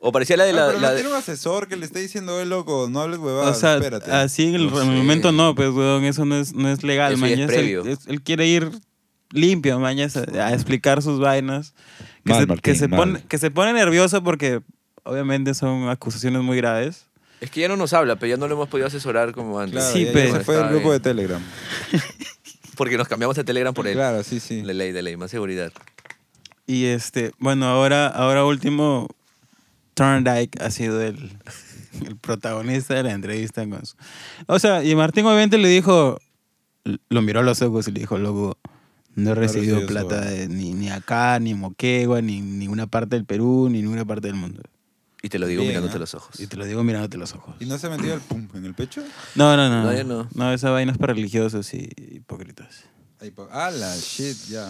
Speaker 5: O parecía la de
Speaker 4: Ah,
Speaker 5: la.
Speaker 4: pero
Speaker 5: la
Speaker 4: no
Speaker 5: de-
Speaker 4: tiene un asesor que le esté diciendo, eh, loco, no hables
Speaker 3: O
Speaker 4: huevadas,
Speaker 3: sea,
Speaker 4: espérate.
Speaker 3: así en el
Speaker 5: No sé.
Speaker 3: momento no, pues, weón, eso no es, no es legal,
Speaker 5: Eso ya
Speaker 3: man.
Speaker 5: es
Speaker 3: ya es
Speaker 5: previo.
Speaker 3: Él, es- él quiere ir limpio, man, ya es a, a explicar sus vainas. Que,
Speaker 6: Mal,
Speaker 3: se,
Speaker 6: Martín,
Speaker 3: que, se
Speaker 6: mal.
Speaker 3: pone, que se pone nervioso porque obviamente son acusaciones muy graves.
Speaker 5: Es que ya no nos habla, pero ya no lo hemos podido asesorar como antes.
Speaker 4: Claro,
Speaker 3: Sí,
Speaker 4: ya- ya
Speaker 3: pero-
Speaker 4: se fue el
Speaker 5: Está
Speaker 4: grupo de
Speaker 5: bien.
Speaker 4: Telegram.
Speaker 5: Porque nos cambiamos a Telegram por él.
Speaker 4: Claro, sí, sí.
Speaker 5: De ley, de ley, más seguridad.
Speaker 3: Y este, bueno, ahora, ahora último, Turndike ha sido el, el protagonista de la entrevista con su- O sea, y Martín obviamente le dijo, lo miró a los ojos y le dijo, loco, no he recibido
Speaker 4: recibido
Speaker 3: plata
Speaker 4: soborno".
Speaker 3: de- ni, ni acá, ni en Moquegua, ni en ninguna parte del Perú, ni en ninguna parte del mundo.
Speaker 5: Y te lo digo
Speaker 4: Bien,
Speaker 5: mirándote
Speaker 4: ¿eh?
Speaker 5: los ojos.
Speaker 3: Y te lo digo mirándote los ojos.
Speaker 4: ¿Y no se metió el pum en el pecho?
Speaker 3: No, no, no.
Speaker 5: No, yo no.
Speaker 3: No, esa vaina es para religiosos y hipócritas.
Speaker 4: Ahí po- Ah, la shit, ya.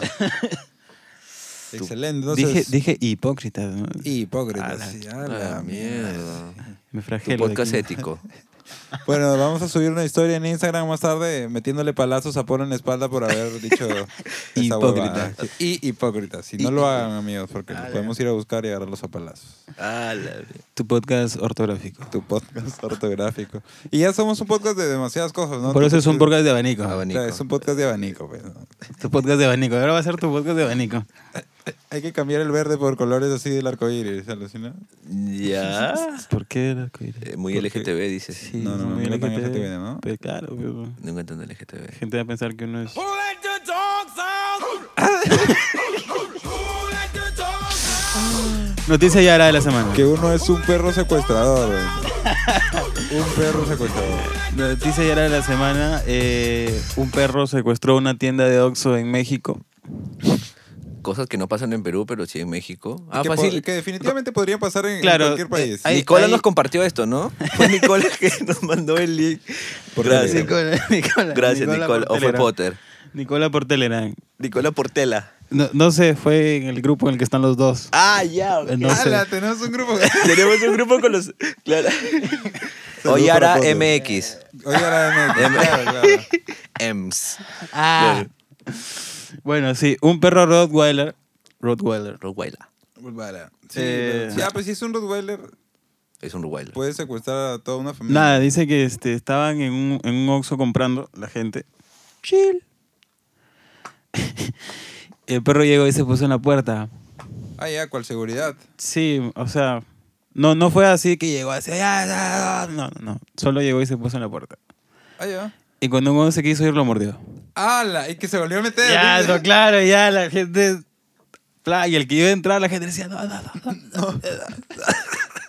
Speaker 4: Excelente,
Speaker 3: dije,
Speaker 4: entonces...
Speaker 3: dije hipócritas, ¿no?
Speaker 4: Hipócrita,
Speaker 3: Ala.
Speaker 4: sí,
Speaker 5: A
Speaker 4: a
Speaker 5: la
Speaker 4: la
Speaker 5: Ah, mierda.
Speaker 3: Me
Speaker 5: Tu
Speaker 3: flagelo.
Speaker 5: podcast
Speaker 3: aquí.
Speaker 5: ético.
Speaker 4: Bueno, vamos a subir una historia en Instagram más tarde metiéndole palazos a Polo en la espalda por haber dicho esa huevada.
Speaker 3: Hipócrita.
Speaker 4: Y hipócrita. Si no lo hagan, amigos, porque los podemos ir a buscar y agarrarlos a palazos.
Speaker 5: A Ah, la mierda.
Speaker 3: Tu podcast ortográfico.
Speaker 4: Tu podcast ortográfico. Y ya somos un podcast de demasiadas cosas, ¿no?
Speaker 3: Por eso es un
Speaker 4: podcast
Speaker 3: podcast de abanico.
Speaker 5: Abanico.
Speaker 4: es un podcast de abanico, pues, ¿no?
Speaker 3: Tu podcast de abanico. Ahora va a ser tu podcast de abanico.
Speaker 4: Hay que cambiar el verde por colores así del arco iris, ¿alucina?
Speaker 5: Ya.
Speaker 3: ¿Por qué el arcoíris?
Speaker 5: Eh, muy
Speaker 3: ¿Por qué?
Speaker 5: LGTB, dices.
Speaker 3: Sí,
Speaker 4: No, no,
Speaker 3: muy
Speaker 4: no, no tan
Speaker 3: LGTB.
Speaker 4: LGTB, ¿no?
Speaker 3: Pues claro, pues, bueno.
Speaker 5: Nunca entiendo LGTB.
Speaker 3: la gente va a pensar que uno es... Noticia ya era de la semana.
Speaker 4: Que uno es un perro secuestrador, güey. Un perro secuestrador.
Speaker 3: Noticia ya era de la semana. eh, un perro secuestró una tienda de Oxxo en México.
Speaker 5: Cosas que no pasan en Perú, pero sí en México.
Speaker 4: Y
Speaker 5: Ah,
Speaker 4: que, po-
Speaker 5: fácil.
Speaker 4: que definitivamente podría pasar en, en
Speaker 3: Claro, eh,
Speaker 4: cualquier país.
Speaker 3: hay-
Speaker 5: Nicola
Speaker 3: ahí-
Speaker 5: nos compartió esto, ¿no? Fue Nicola que nos mandó el link.
Speaker 2: Por
Speaker 5: Gracias.
Speaker 2: Telegram.
Speaker 3: Nicola, Nicola,
Speaker 5: Gracias, Nicola.
Speaker 3: por
Speaker 5: O fue
Speaker 3: Telegram.
Speaker 5: Potter.
Speaker 3: Nicola por Telegram.
Speaker 5: Nicola Portela.
Speaker 3: No, no sé, fue en el grupo en el que están los dos.
Speaker 5: Ah, ya. ok.
Speaker 3: No sé.
Speaker 4: ¡Hala! Tenemos un grupo.
Speaker 5: Tenemos un grupo con los. Claro. Oyara MX.
Speaker 4: Oye, ahora no, claro, claro.
Speaker 5: EMS.
Speaker 3: Ah. Bueno, sí, un perro Rottweiler. Rottweiler.
Speaker 5: Rottweiler.
Speaker 4: Vale. Sí,
Speaker 3: Eh,
Speaker 4: pero- ya, pues si es un Rottweiler,
Speaker 5: Es un Rottweiler.
Speaker 4: puede secuestrar a toda una familia.
Speaker 3: Nada, dice que este, estaban en un, en un Oxxo comprando la gente. Chill. El perro llegó y se puso en la puerta.
Speaker 4: Ah, ya, cual seguridad.
Speaker 3: Sí, o sea, no, no fue así que llegó así. "Ah, ah, ah", No, no, no. Solo llegó y se puso en la puerta.
Speaker 4: Ah, ya.
Speaker 3: Y cuando uno se quiso ir, lo mordió.
Speaker 4: ¡Hala! Y que se volvió a meter.
Speaker 3: Ya, no, claro, ya la gente. Pla, Y el que iba a entrar, la gente decía, no, no, no, no. Ah,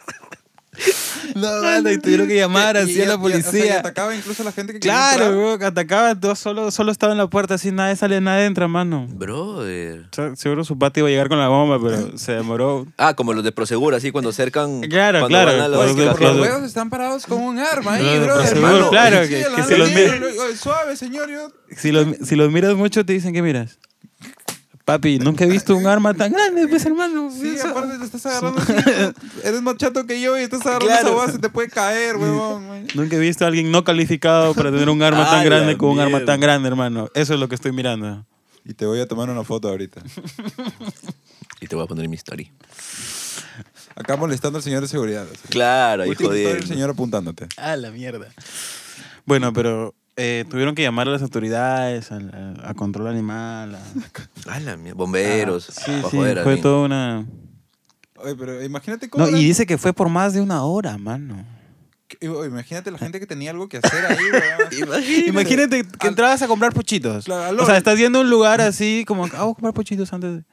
Speaker 3: No, mano, y tuvieron que llamar así a la
Speaker 4: o sea, y
Speaker 3: policía.
Speaker 4: atacaba incluso a la gente que quería
Speaker 3: Claro,
Speaker 4: entrar.
Speaker 3: weón, que atacaba, todo solo, solo estaba en la puerta, así nadie sale, nadie entra, mano.
Speaker 5: Brother.
Speaker 3: O sea, seguro su pata iba a llegar con la bomba, pero se demoró.
Speaker 5: Ah, como los de Prosegur, así cuando cercan.
Speaker 3: Claro,
Speaker 5: cuando
Speaker 3: claro.
Speaker 5: van a los-
Speaker 3: Oye,
Speaker 4: Oye, que
Speaker 5: las-
Speaker 4: por los
Speaker 3: Claro.
Speaker 4: huevos están parados con un arma ahí,
Speaker 3: Claro,
Speaker 4: bro.
Speaker 3: pero
Speaker 5: seguro,
Speaker 4: hermano.
Speaker 3: claro,
Speaker 4: Sí,
Speaker 3: que-
Speaker 4: el
Speaker 3: que
Speaker 4: man
Speaker 3: si los
Speaker 4: ahí,
Speaker 3: mira-
Speaker 4: lo- lo- Suave, señor, yo...
Speaker 3: Si los, si los miras mucho, te dicen que miras. Papi, nunca he visto un arma tan grande, pues hermano.
Speaker 4: Sí,
Speaker 3: Eso-
Speaker 4: aparte te estás agarrando así, Eres más chato que yo y estás agarrando
Speaker 5: Claro.
Speaker 4: esa hueá, se te puede caer, huevón. man.
Speaker 3: Nunca he visto a alguien no calificado para tener un arma
Speaker 5: A
Speaker 3: tan
Speaker 5: la
Speaker 3: grande con un arma
Speaker 5: Ah, mierda.
Speaker 3: tan grande, hermano. Eso es lo que estoy mirando.
Speaker 4: Y te voy a tomar una foto ahorita.
Speaker 5: Y te voy a poner en mi story.
Speaker 4: Acá molestando al señor de seguridad. así.
Speaker 5: Claro, ahí
Speaker 4: Última historia, el
Speaker 5: jodiendo.
Speaker 4: señor apuntándote.
Speaker 3: A la mierda. Bueno, pero eh, tuvieron que llamar a las autoridades, a, la- a control animal. a- Ah,
Speaker 5: Ah, la mierda. Bomberos.
Speaker 3: Sí,
Speaker 5: pa'
Speaker 3: sí,
Speaker 5: joder a
Speaker 3: fue
Speaker 5: alguien.
Speaker 3: toda una...
Speaker 4: Oye, pero imagínate cómo.
Speaker 3: No,
Speaker 4: era-
Speaker 3: y dice que fue por más de una hora, mano.
Speaker 4: que- oye, Imagínate la gente que tenía algo que hacer ahí, huevón.
Speaker 5: Imagínate.
Speaker 3: Imagínate que
Speaker 4: Al-
Speaker 3: entrabas a comprar pochitos.
Speaker 4: Claro, al
Speaker 3: o sea,
Speaker 4: orden.
Speaker 3: estás yendo a un lugar así como, ah, voy a comprar pochitos antes de...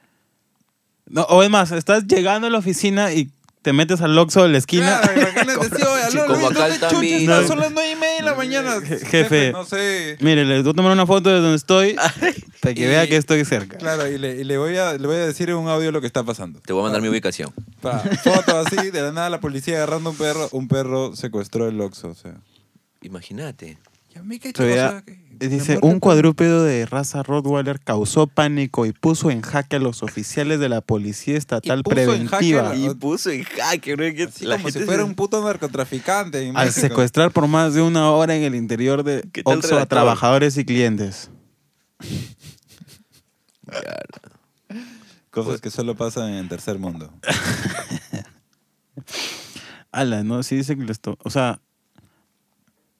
Speaker 3: No, o es más, estás llegando a la oficina y te metes al Oxxo de la esquina.
Speaker 4: Claro, imagínate, sí, oye, aló,
Speaker 5: Como
Speaker 4: Luis,
Speaker 5: acá
Speaker 4: ¿dónde
Speaker 5: están
Speaker 4: chuchas
Speaker 5: mis-
Speaker 4: estás?
Speaker 3: No.
Speaker 4: Son las nueve y media de la mañana.
Speaker 3: Jefe.
Speaker 4: No sé.
Speaker 3: Mire, les voy a tomar una foto de donde estoy para que vea que estoy cerca.
Speaker 4: Claro, y le, y le voy a, le voy a decir en un audio lo que está pasando.
Speaker 5: Te voy a mandar mi ubicación.
Speaker 4: Pa, foto así, de la nada la policía agarrando un perro. Un perro secuestró el Oxxo, o sea.
Speaker 5: Imagínate.
Speaker 4: Ya me cacho, o
Speaker 3: Todavía-
Speaker 4: sea, que-
Speaker 3: dice,
Speaker 4: la muerte-
Speaker 3: un cuadrúpedo de raza Rottweiler causó pánico y puso en jaque a los oficiales de la policía estatal
Speaker 4: puso en jaque
Speaker 3: preventiva
Speaker 4: a
Speaker 5: Y puso en jaque, bro, que
Speaker 4: Sí,
Speaker 5: la
Speaker 4: Ah, como
Speaker 5: gente
Speaker 4: si
Speaker 5: se-
Speaker 4: fuera un puto narcotraficante. en
Speaker 3: al
Speaker 4: México.
Speaker 3: secuestrar por más de una hora en el interior de
Speaker 5: ¿Qué tal
Speaker 3: Oxxo a
Speaker 5: redactor?
Speaker 3: trabajadores y clientes.
Speaker 5: Claro.
Speaker 3: Pues
Speaker 4: Cosas que solo pasan en tercer mundo.
Speaker 3: Ala, ¿no? Sí dice que les to- O sea,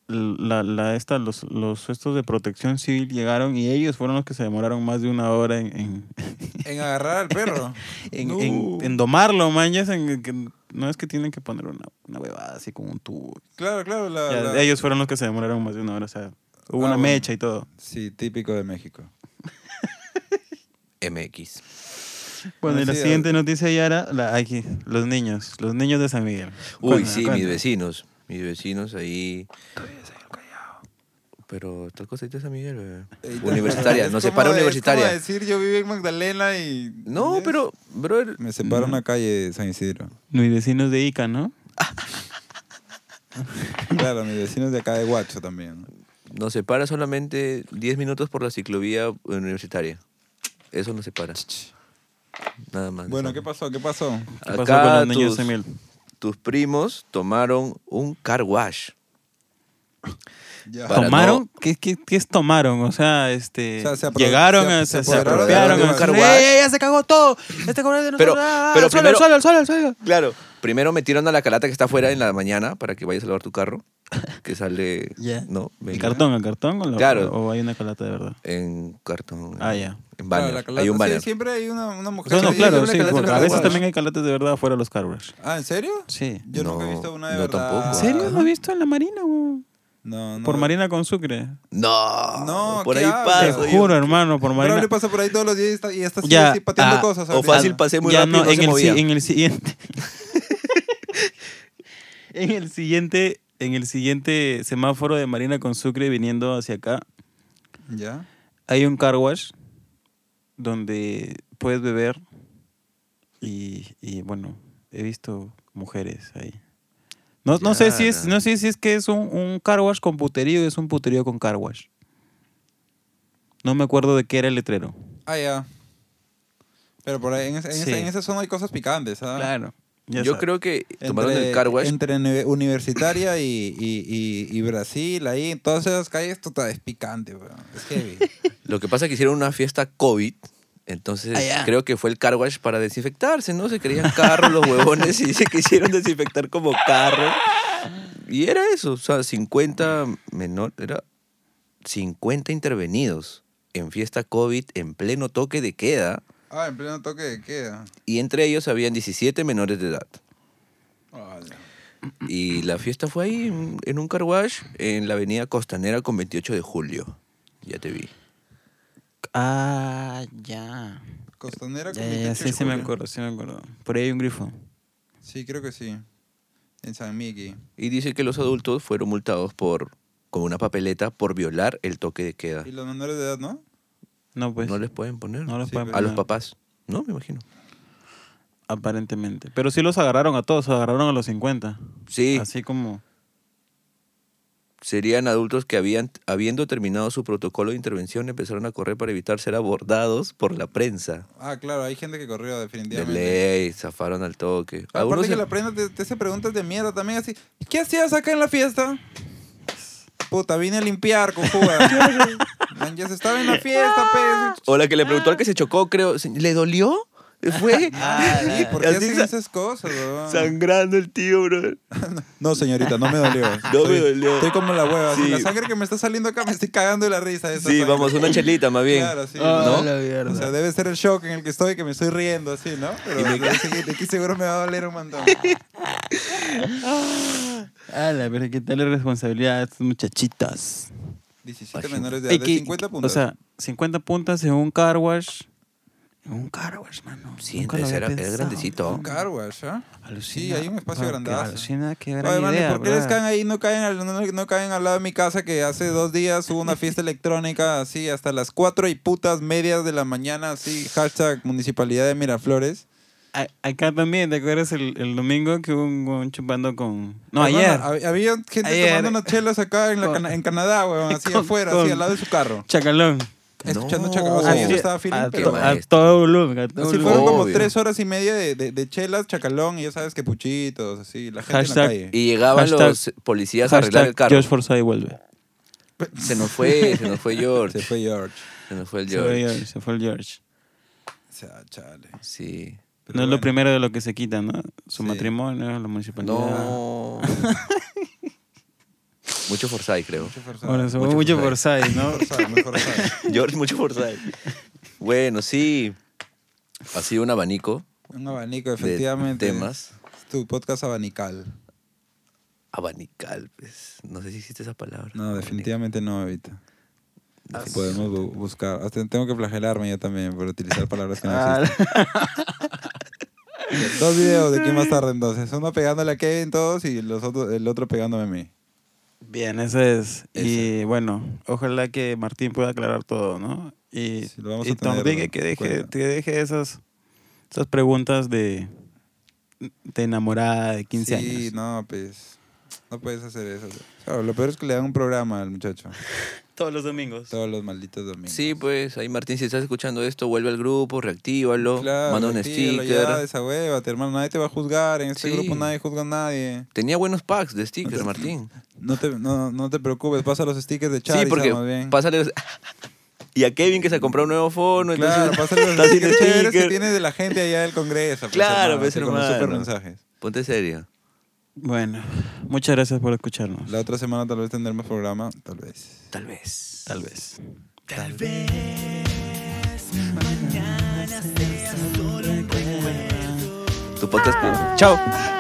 Speaker 3: la, la esta, los, los estos de protección civil llegaron y ellos fueron los que se demoraron más de una hora en, en,
Speaker 4: En agarrar al perro.
Speaker 3: en,
Speaker 4: No.
Speaker 3: en- en domarlo, mañas. En, que- no es que tienen que poner una, una huevada así con un tubo.
Speaker 4: Claro, Ah, claro. La,
Speaker 3: Ya,
Speaker 4: la-
Speaker 3: Ellos fueron los que se demoraron más de una hora, o sea, hubo una
Speaker 4: Ah, bueno.
Speaker 3: mecha y todo.
Speaker 4: Sí, típico de México.
Speaker 5: MX.
Speaker 3: Bueno, y la
Speaker 4: sí,
Speaker 3: siguiente noticia ya era la, aquí, los niños, los niños de San Miguel.
Speaker 5: Uy,
Speaker 3: Cuenta,
Speaker 5: sí,
Speaker 3: cuenta.
Speaker 5: mis vecinos. Mis vecinos ahí. Pero estas cositas, San Miguel, bebé. Universitaria,
Speaker 4: Es
Speaker 5: nos
Speaker 4: como
Speaker 5: separa
Speaker 4: de- es
Speaker 5: universitaria.
Speaker 4: como decir, yo vivo en Magdalena y...
Speaker 5: No, pero, bro, el-
Speaker 4: Me separa una calle de San Isidro.
Speaker 3: Mis vecinos de Ica, ¿no?
Speaker 4: Claro, mis vecinos de acá de Guacho también.
Speaker 5: nos separa solamente 10 minutos por la ciclovía universitaria. Eso nos separa. Nada más.
Speaker 4: Bueno, ¿qué pasó? ¿Qué pasó?
Speaker 3: ¿Qué pasó con los niños
Speaker 5: tus-
Speaker 3: de San Miguel?
Speaker 5: Tus primos tomaron un car wash.
Speaker 4: Ya.
Speaker 5: Para
Speaker 3: ¿Tomaron?
Speaker 5: no-
Speaker 3: ¿Qué, qué, qué es tomaron? O sea, este,
Speaker 4: O sea, se apro-
Speaker 3: llegaron,
Speaker 4: se-
Speaker 3: a-
Speaker 4: se
Speaker 3: se, se,
Speaker 4: apoderaron
Speaker 3: apropiaron.
Speaker 4: de un
Speaker 3: así,
Speaker 5: carwash.
Speaker 3: ¡Ey, ey, ya se cagó todo! Este cabrón es de
Speaker 5: Pero-
Speaker 3: nosotros. ah,
Speaker 5: pero
Speaker 3: al suelo, al
Speaker 5: primero-
Speaker 3: suelo, al suelo, al suelo.
Speaker 5: Claro. Primero metieron a la calata que está afuera en la mañana para que vayas a lavar tu carro. Que sale.
Speaker 3: Ya.
Speaker 5: No,
Speaker 3: ¿El
Speaker 5: venga.
Speaker 3: cartón, el cartón o, lo-
Speaker 5: Claro.
Speaker 3: o hay una calata de verdad?
Speaker 5: En cartón.
Speaker 3: Ah,
Speaker 5: en-
Speaker 3: ya.
Speaker 5: En
Speaker 4: Claro,
Speaker 5: banner.
Speaker 4: la calata-
Speaker 5: hay un
Speaker 4: sí,
Speaker 5: banner.
Speaker 4: siempre hay una, una mujer.
Speaker 3: No, no,
Speaker 4: que-
Speaker 3: claro,
Speaker 4: una
Speaker 3: sí.
Speaker 4: calata
Speaker 3: porque
Speaker 4: en
Speaker 3: A
Speaker 4: la
Speaker 3: veces
Speaker 4: guagua.
Speaker 3: también hay calatas de verdad fuera de los carwash.
Speaker 4: Ah, ¿en serio?
Speaker 3: Sí.
Speaker 4: Yo nunca he
Speaker 5: No,
Speaker 4: visto una de
Speaker 5: yo
Speaker 4: verdad.
Speaker 5: tampoco.
Speaker 3: ¿En
Speaker 5: Ah.
Speaker 3: serio? ¿No has visto en la marina, güey?
Speaker 4: No, no.
Speaker 3: Por Marina con Sucre.
Speaker 5: No,
Speaker 4: No,
Speaker 5: por
Speaker 4: ¿qué
Speaker 5: ahí
Speaker 4: hablas?
Speaker 3: Te
Speaker 5: paso. Ah, yo-
Speaker 3: juro, hermano, por
Speaker 4: Pero
Speaker 3: Marina.
Speaker 4: le pasa por ahí todos los días y está, y está así,
Speaker 3: Ya,
Speaker 4: así pateando
Speaker 3: ah,
Speaker 4: cosas.
Speaker 5: o
Speaker 4: ahorita.
Speaker 5: fácil pasé muy
Speaker 3: Ya no,
Speaker 5: rápido y no
Speaker 3: en,
Speaker 5: se
Speaker 3: el, si-
Speaker 5: movía.
Speaker 3: en el siguiente. en el siguiente. En el siguiente semáforo de Marina con Sucre viniendo hacia acá,
Speaker 4: Ya.
Speaker 3: hay un car wash donde puedes beber. Y, y, bueno, he visto mujeres ahí. No, no sé si es,
Speaker 5: Claro.
Speaker 3: no sé si es que es un, un car wash con puterío y es un puterío con car wash. No me acuerdo de qué era el letrero.
Speaker 4: Ah, ya. Pero por ahí, en, ese- en ese-
Speaker 3: Sí.
Speaker 4: en esa zona hay cosas picantes, ¿ah?
Speaker 3: Claro. ya
Speaker 5: Yo
Speaker 3: sabes.
Speaker 5: creo que
Speaker 4: Entre-
Speaker 5: tomaron el car wash.
Speaker 4: Entre ne- Universitaria y, y- y- y Brasil, ahí, en todas esas calles, total, es picante, weón. Es heavy.
Speaker 5: Lo que pasa es que hicieron una fiesta COVID. Entonces creo que fue el car wash para desinfectarse, ¿no? Se creían carros los huevones y se quisieron desinfectar como carro. Y era eso, o sea, 50 menor, era 50 intervenidos en fiesta COVID en pleno toque de queda
Speaker 4: ah, en pleno toque de queda.
Speaker 5: y entre ellos habían 17 menores de edad.
Speaker 4: Ah, ya.
Speaker 5: Y la fiesta fue ahí en- en un car wash en la avenida Costanera con 28 de julio. Ya te vi.
Speaker 3: Ah, ya.
Speaker 4: Costanera con
Speaker 3: Ya, ya, ya,
Speaker 4: 28
Speaker 3: Eh, sí, sí me
Speaker 4: julio.
Speaker 3: acuerdo, sí me acuerdo. Por ahí hay un grifo.
Speaker 4: Sí, creo que sí. En San Miguel.
Speaker 5: Y dice que los adultos fueron multados por con una papeleta por violar el toque de queda.
Speaker 4: Y los menores de edad, ¿no?
Speaker 3: No, pues.
Speaker 5: no les pueden poner
Speaker 3: no los
Speaker 4: Sí,
Speaker 3: pueden
Speaker 5: a los
Speaker 3: poner,
Speaker 5: papás. No, me imagino.
Speaker 3: Aparentemente. Pero sí los agarraron a todos, agarraron a los 50.
Speaker 5: Sí,
Speaker 3: Así como.
Speaker 5: serían adultos que habían, habiendo terminado su protocolo de intervención, empezaron a correr para evitar ser abordados por la prensa.
Speaker 4: Ah, claro, hay gente que corrió
Speaker 5: De
Speaker 4: definitivamente.
Speaker 5: ley, zafaron al toque.
Speaker 4: Aparte
Speaker 5: Algunos
Speaker 4: que
Speaker 5: se-
Speaker 4: la prenda te, te hace preguntas de mierda también así. ¿Qué hacías acá en la fiesta? Puta, vine a limpiar, cojuda. Man, ya se estaba en la fiesta, pez.
Speaker 5: O la que le preguntó al que se chocó, creo, "Se- ¿le dolió? ¿Fue?
Speaker 4: Ah, Sí, ah. ¿por qué
Speaker 5: Así
Speaker 4: hacen
Speaker 5: sa-
Speaker 4: esas cosas, weón?
Speaker 5: Sangrando el tío, bro.
Speaker 4: No, señorita, no me dolió.
Speaker 5: No me dolió.
Speaker 4: Estoy como la hueva. así,
Speaker 5: Sí.
Speaker 4: la sangre que me está saliendo acá me estoy cagando de la risa. de esa
Speaker 5: Sí,
Speaker 4: sangre.
Speaker 5: vamos, una chelita más bien.
Speaker 4: Claro, sí.
Speaker 5: Ah, ¿No? la
Speaker 4: O sea, debe ser el shock en el que estoy, que me estoy riendo así, ¿no? Pero
Speaker 5: Y me-
Speaker 4: de aquí- de aquí seguro me va a doler un montón.
Speaker 3: Ah, la verdad, ¿qué tal la responsabilidad de estos muchachitas?
Speaker 4: 17 menores de
Speaker 3: Ey,
Speaker 4: edad, de
Speaker 3: que-
Speaker 4: 50 puntos.
Speaker 3: O sea, 50 puntas en un car wash. En un car wash, mano.
Speaker 5: Sí,
Speaker 3: Nunca lo
Speaker 5: ese
Speaker 3: había
Speaker 5: era- era
Speaker 3: pensado.
Speaker 5: grandecito.
Speaker 4: Un car wash, ¿ah?
Speaker 3: Alucina.
Speaker 4: Sí, hay un espacio
Speaker 3: Ah,
Speaker 4: grandazo.
Speaker 3: que Alucina, qué gran
Speaker 4: Oye, mano, ¿y
Speaker 3: idea,
Speaker 4: ¿por qué
Speaker 3: brother.
Speaker 4: les caen ahí y no caen, al, no, no caen al lado de mi casa que hace dos días hubo una fiesta electrónica así hasta las 4 y putas medias de la mañana así, hashtag municipalidad de Miraflores?
Speaker 3: A- Acá también, ¿te acuerdas el, el domingo que hubo un, un chupando con. No,
Speaker 4: Hermano,
Speaker 3: ayer.
Speaker 4: hab- Había gente
Speaker 3: Ayer.
Speaker 4: tomando unas chelas acá en, la
Speaker 3: Con-
Speaker 4: cana- en Canadá, weón, así
Speaker 3: con-
Speaker 4: afuera,
Speaker 3: con-
Speaker 4: así al lado de su carro.
Speaker 3: Chacalón.
Speaker 4: Escuchando
Speaker 5: No.
Speaker 4: chaca- o sea, yo
Speaker 5: Así-
Speaker 4: no estaba feeling,
Speaker 3: a,
Speaker 4: pero-
Speaker 3: to- a
Speaker 5: Ah, maestro.
Speaker 3: todo volumen. A todo
Speaker 4: Así
Speaker 3: volumen.
Speaker 4: fueron como
Speaker 5: Obvio.
Speaker 4: tres horas y media de, de- de chelas, chacalón, y ya sabes que puchitos, así, la gente en la
Speaker 3: Hashtag-
Speaker 4: calle.
Speaker 5: Y llegaban
Speaker 3: Hashtag-
Speaker 5: los policías a arreglar el
Speaker 3: Hashtag
Speaker 5: carro.
Speaker 3: Josh Forsyth vuelve.
Speaker 5: Se nos fue, se nos fue George.
Speaker 4: Se fue George.
Speaker 5: Se nos fue el
Speaker 3: Se fue
Speaker 5: George.
Speaker 3: George, Se fue el George.
Speaker 4: O sea, chale.
Speaker 5: Sí.
Speaker 4: Pero
Speaker 3: no es
Speaker 4: bueno.
Speaker 3: lo primero de lo que se quita, ¿no? Su
Speaker 4: Sí.
Speaker 3: matrimonio, la
Speaker 4: Pues
Speaker 3: municipalidad.
Speaker 5: No. mucho Forsyth, creo.
Speaker 4: Mucho forzado.
Speaker 3: Bueno, se fue
Speaker 5: Mucho
Speaker 3: mucho
Speaker 5: Forsyth.
Speaker 3: Forsyth, ¿no?
Speaker 4: Forzado, muy forzado.
Speaker 5: George, mucho Forsyth. Bueno, sí. Ha sido un abanico
Speaker 4: Un abanico,
Speaker 5: de
Speaker 4: efectivamente.
Speaker 5: temas.
Speaker 4: Es tu podcast abanical.
Speaker 5: Abanical, pues. No sé si existe esa palabra.
Speaker 4: No, definitivamente no, Evita.
Speaker 5: Así.
Speaker 4: Podemos bu- buscar. Hasta tengo que flagelarme yo también por utilizar palabras que no
Speaker 5: Ah.
Speaker 4: existen. Dos videos de aquí más tarde entonces. Uno pegándole a Kevin todos y los otro- el otro pegándome a mí.
Speaker 3: Bien, eso es. Y bueno, ojalá que Martín pueda aclarar todo, ¿no? Y,
Speaker 4: Sí, lo vamos
Speaker 3: y
Speaker 4: a
Speaker 3: Tom
Speaker 4: tener
Speaker 3: Dick,
Speaker 4: en
Speaker 3: que deje,
Speaker 4: cuenta.
Speaker 3: que deje esas, esas preguntas de, de enamorada de 15
Speaker 4: sí,
Speaker 3: años.
Speaker 4: no, pues. No puedes hacer eso. Claro, lo peor es que le dan un programa al muchacho.
Speaker 3: Todos los domingos.
Speaker 4: Todos los malditos domingos.
Speaker 5: Sí, pues. Ahí, Martín, si estás escuchando esto, vuelve al grupo, reactívalo. manda un
Speaker 4: retíralo
Speaker 5: sticker.
Speaker 4: Ya, desahuévate, hermano. Nadie te va a juzgar. En este
Speaker 5: Sí.
Speaker 4: grupo nadie juzga a nadie.
Speaker 5: Tenía buenos packs de stickers, Martín.
Speaker 4: No te, no, no te preocupes, pasa los stickers de Charizard
Speaker 5: sí, porque
Speaker 4: más bien.
Speaker 5: pásale los- Y a Kevin que se compró un nuevo fono.
Speaker 4: claro,
Speaker 5: entonces,
Speaker 4: pasa los
Speaker 5: está sin
Speaker 4: stickers chéveres que
Speaker 5: sticker.
Speaker 4: tiene de la gente allá del Congreso.
Speaker 5: Claro, pues,
Speaker 4: así con
Speaker 5: hermano.
Speaker 4: los super mensajes.
Speaker 5: Ponte serio.
Speaker 3: Bueno, muchas gracias por escucharnos.
Speaker 4: La otra semana tal vez tendremos programa, tal vez.
Speaker 5: Tal vez.
Speaker 3: Tal vez.
Speaker 5: Tu podcast. Chao.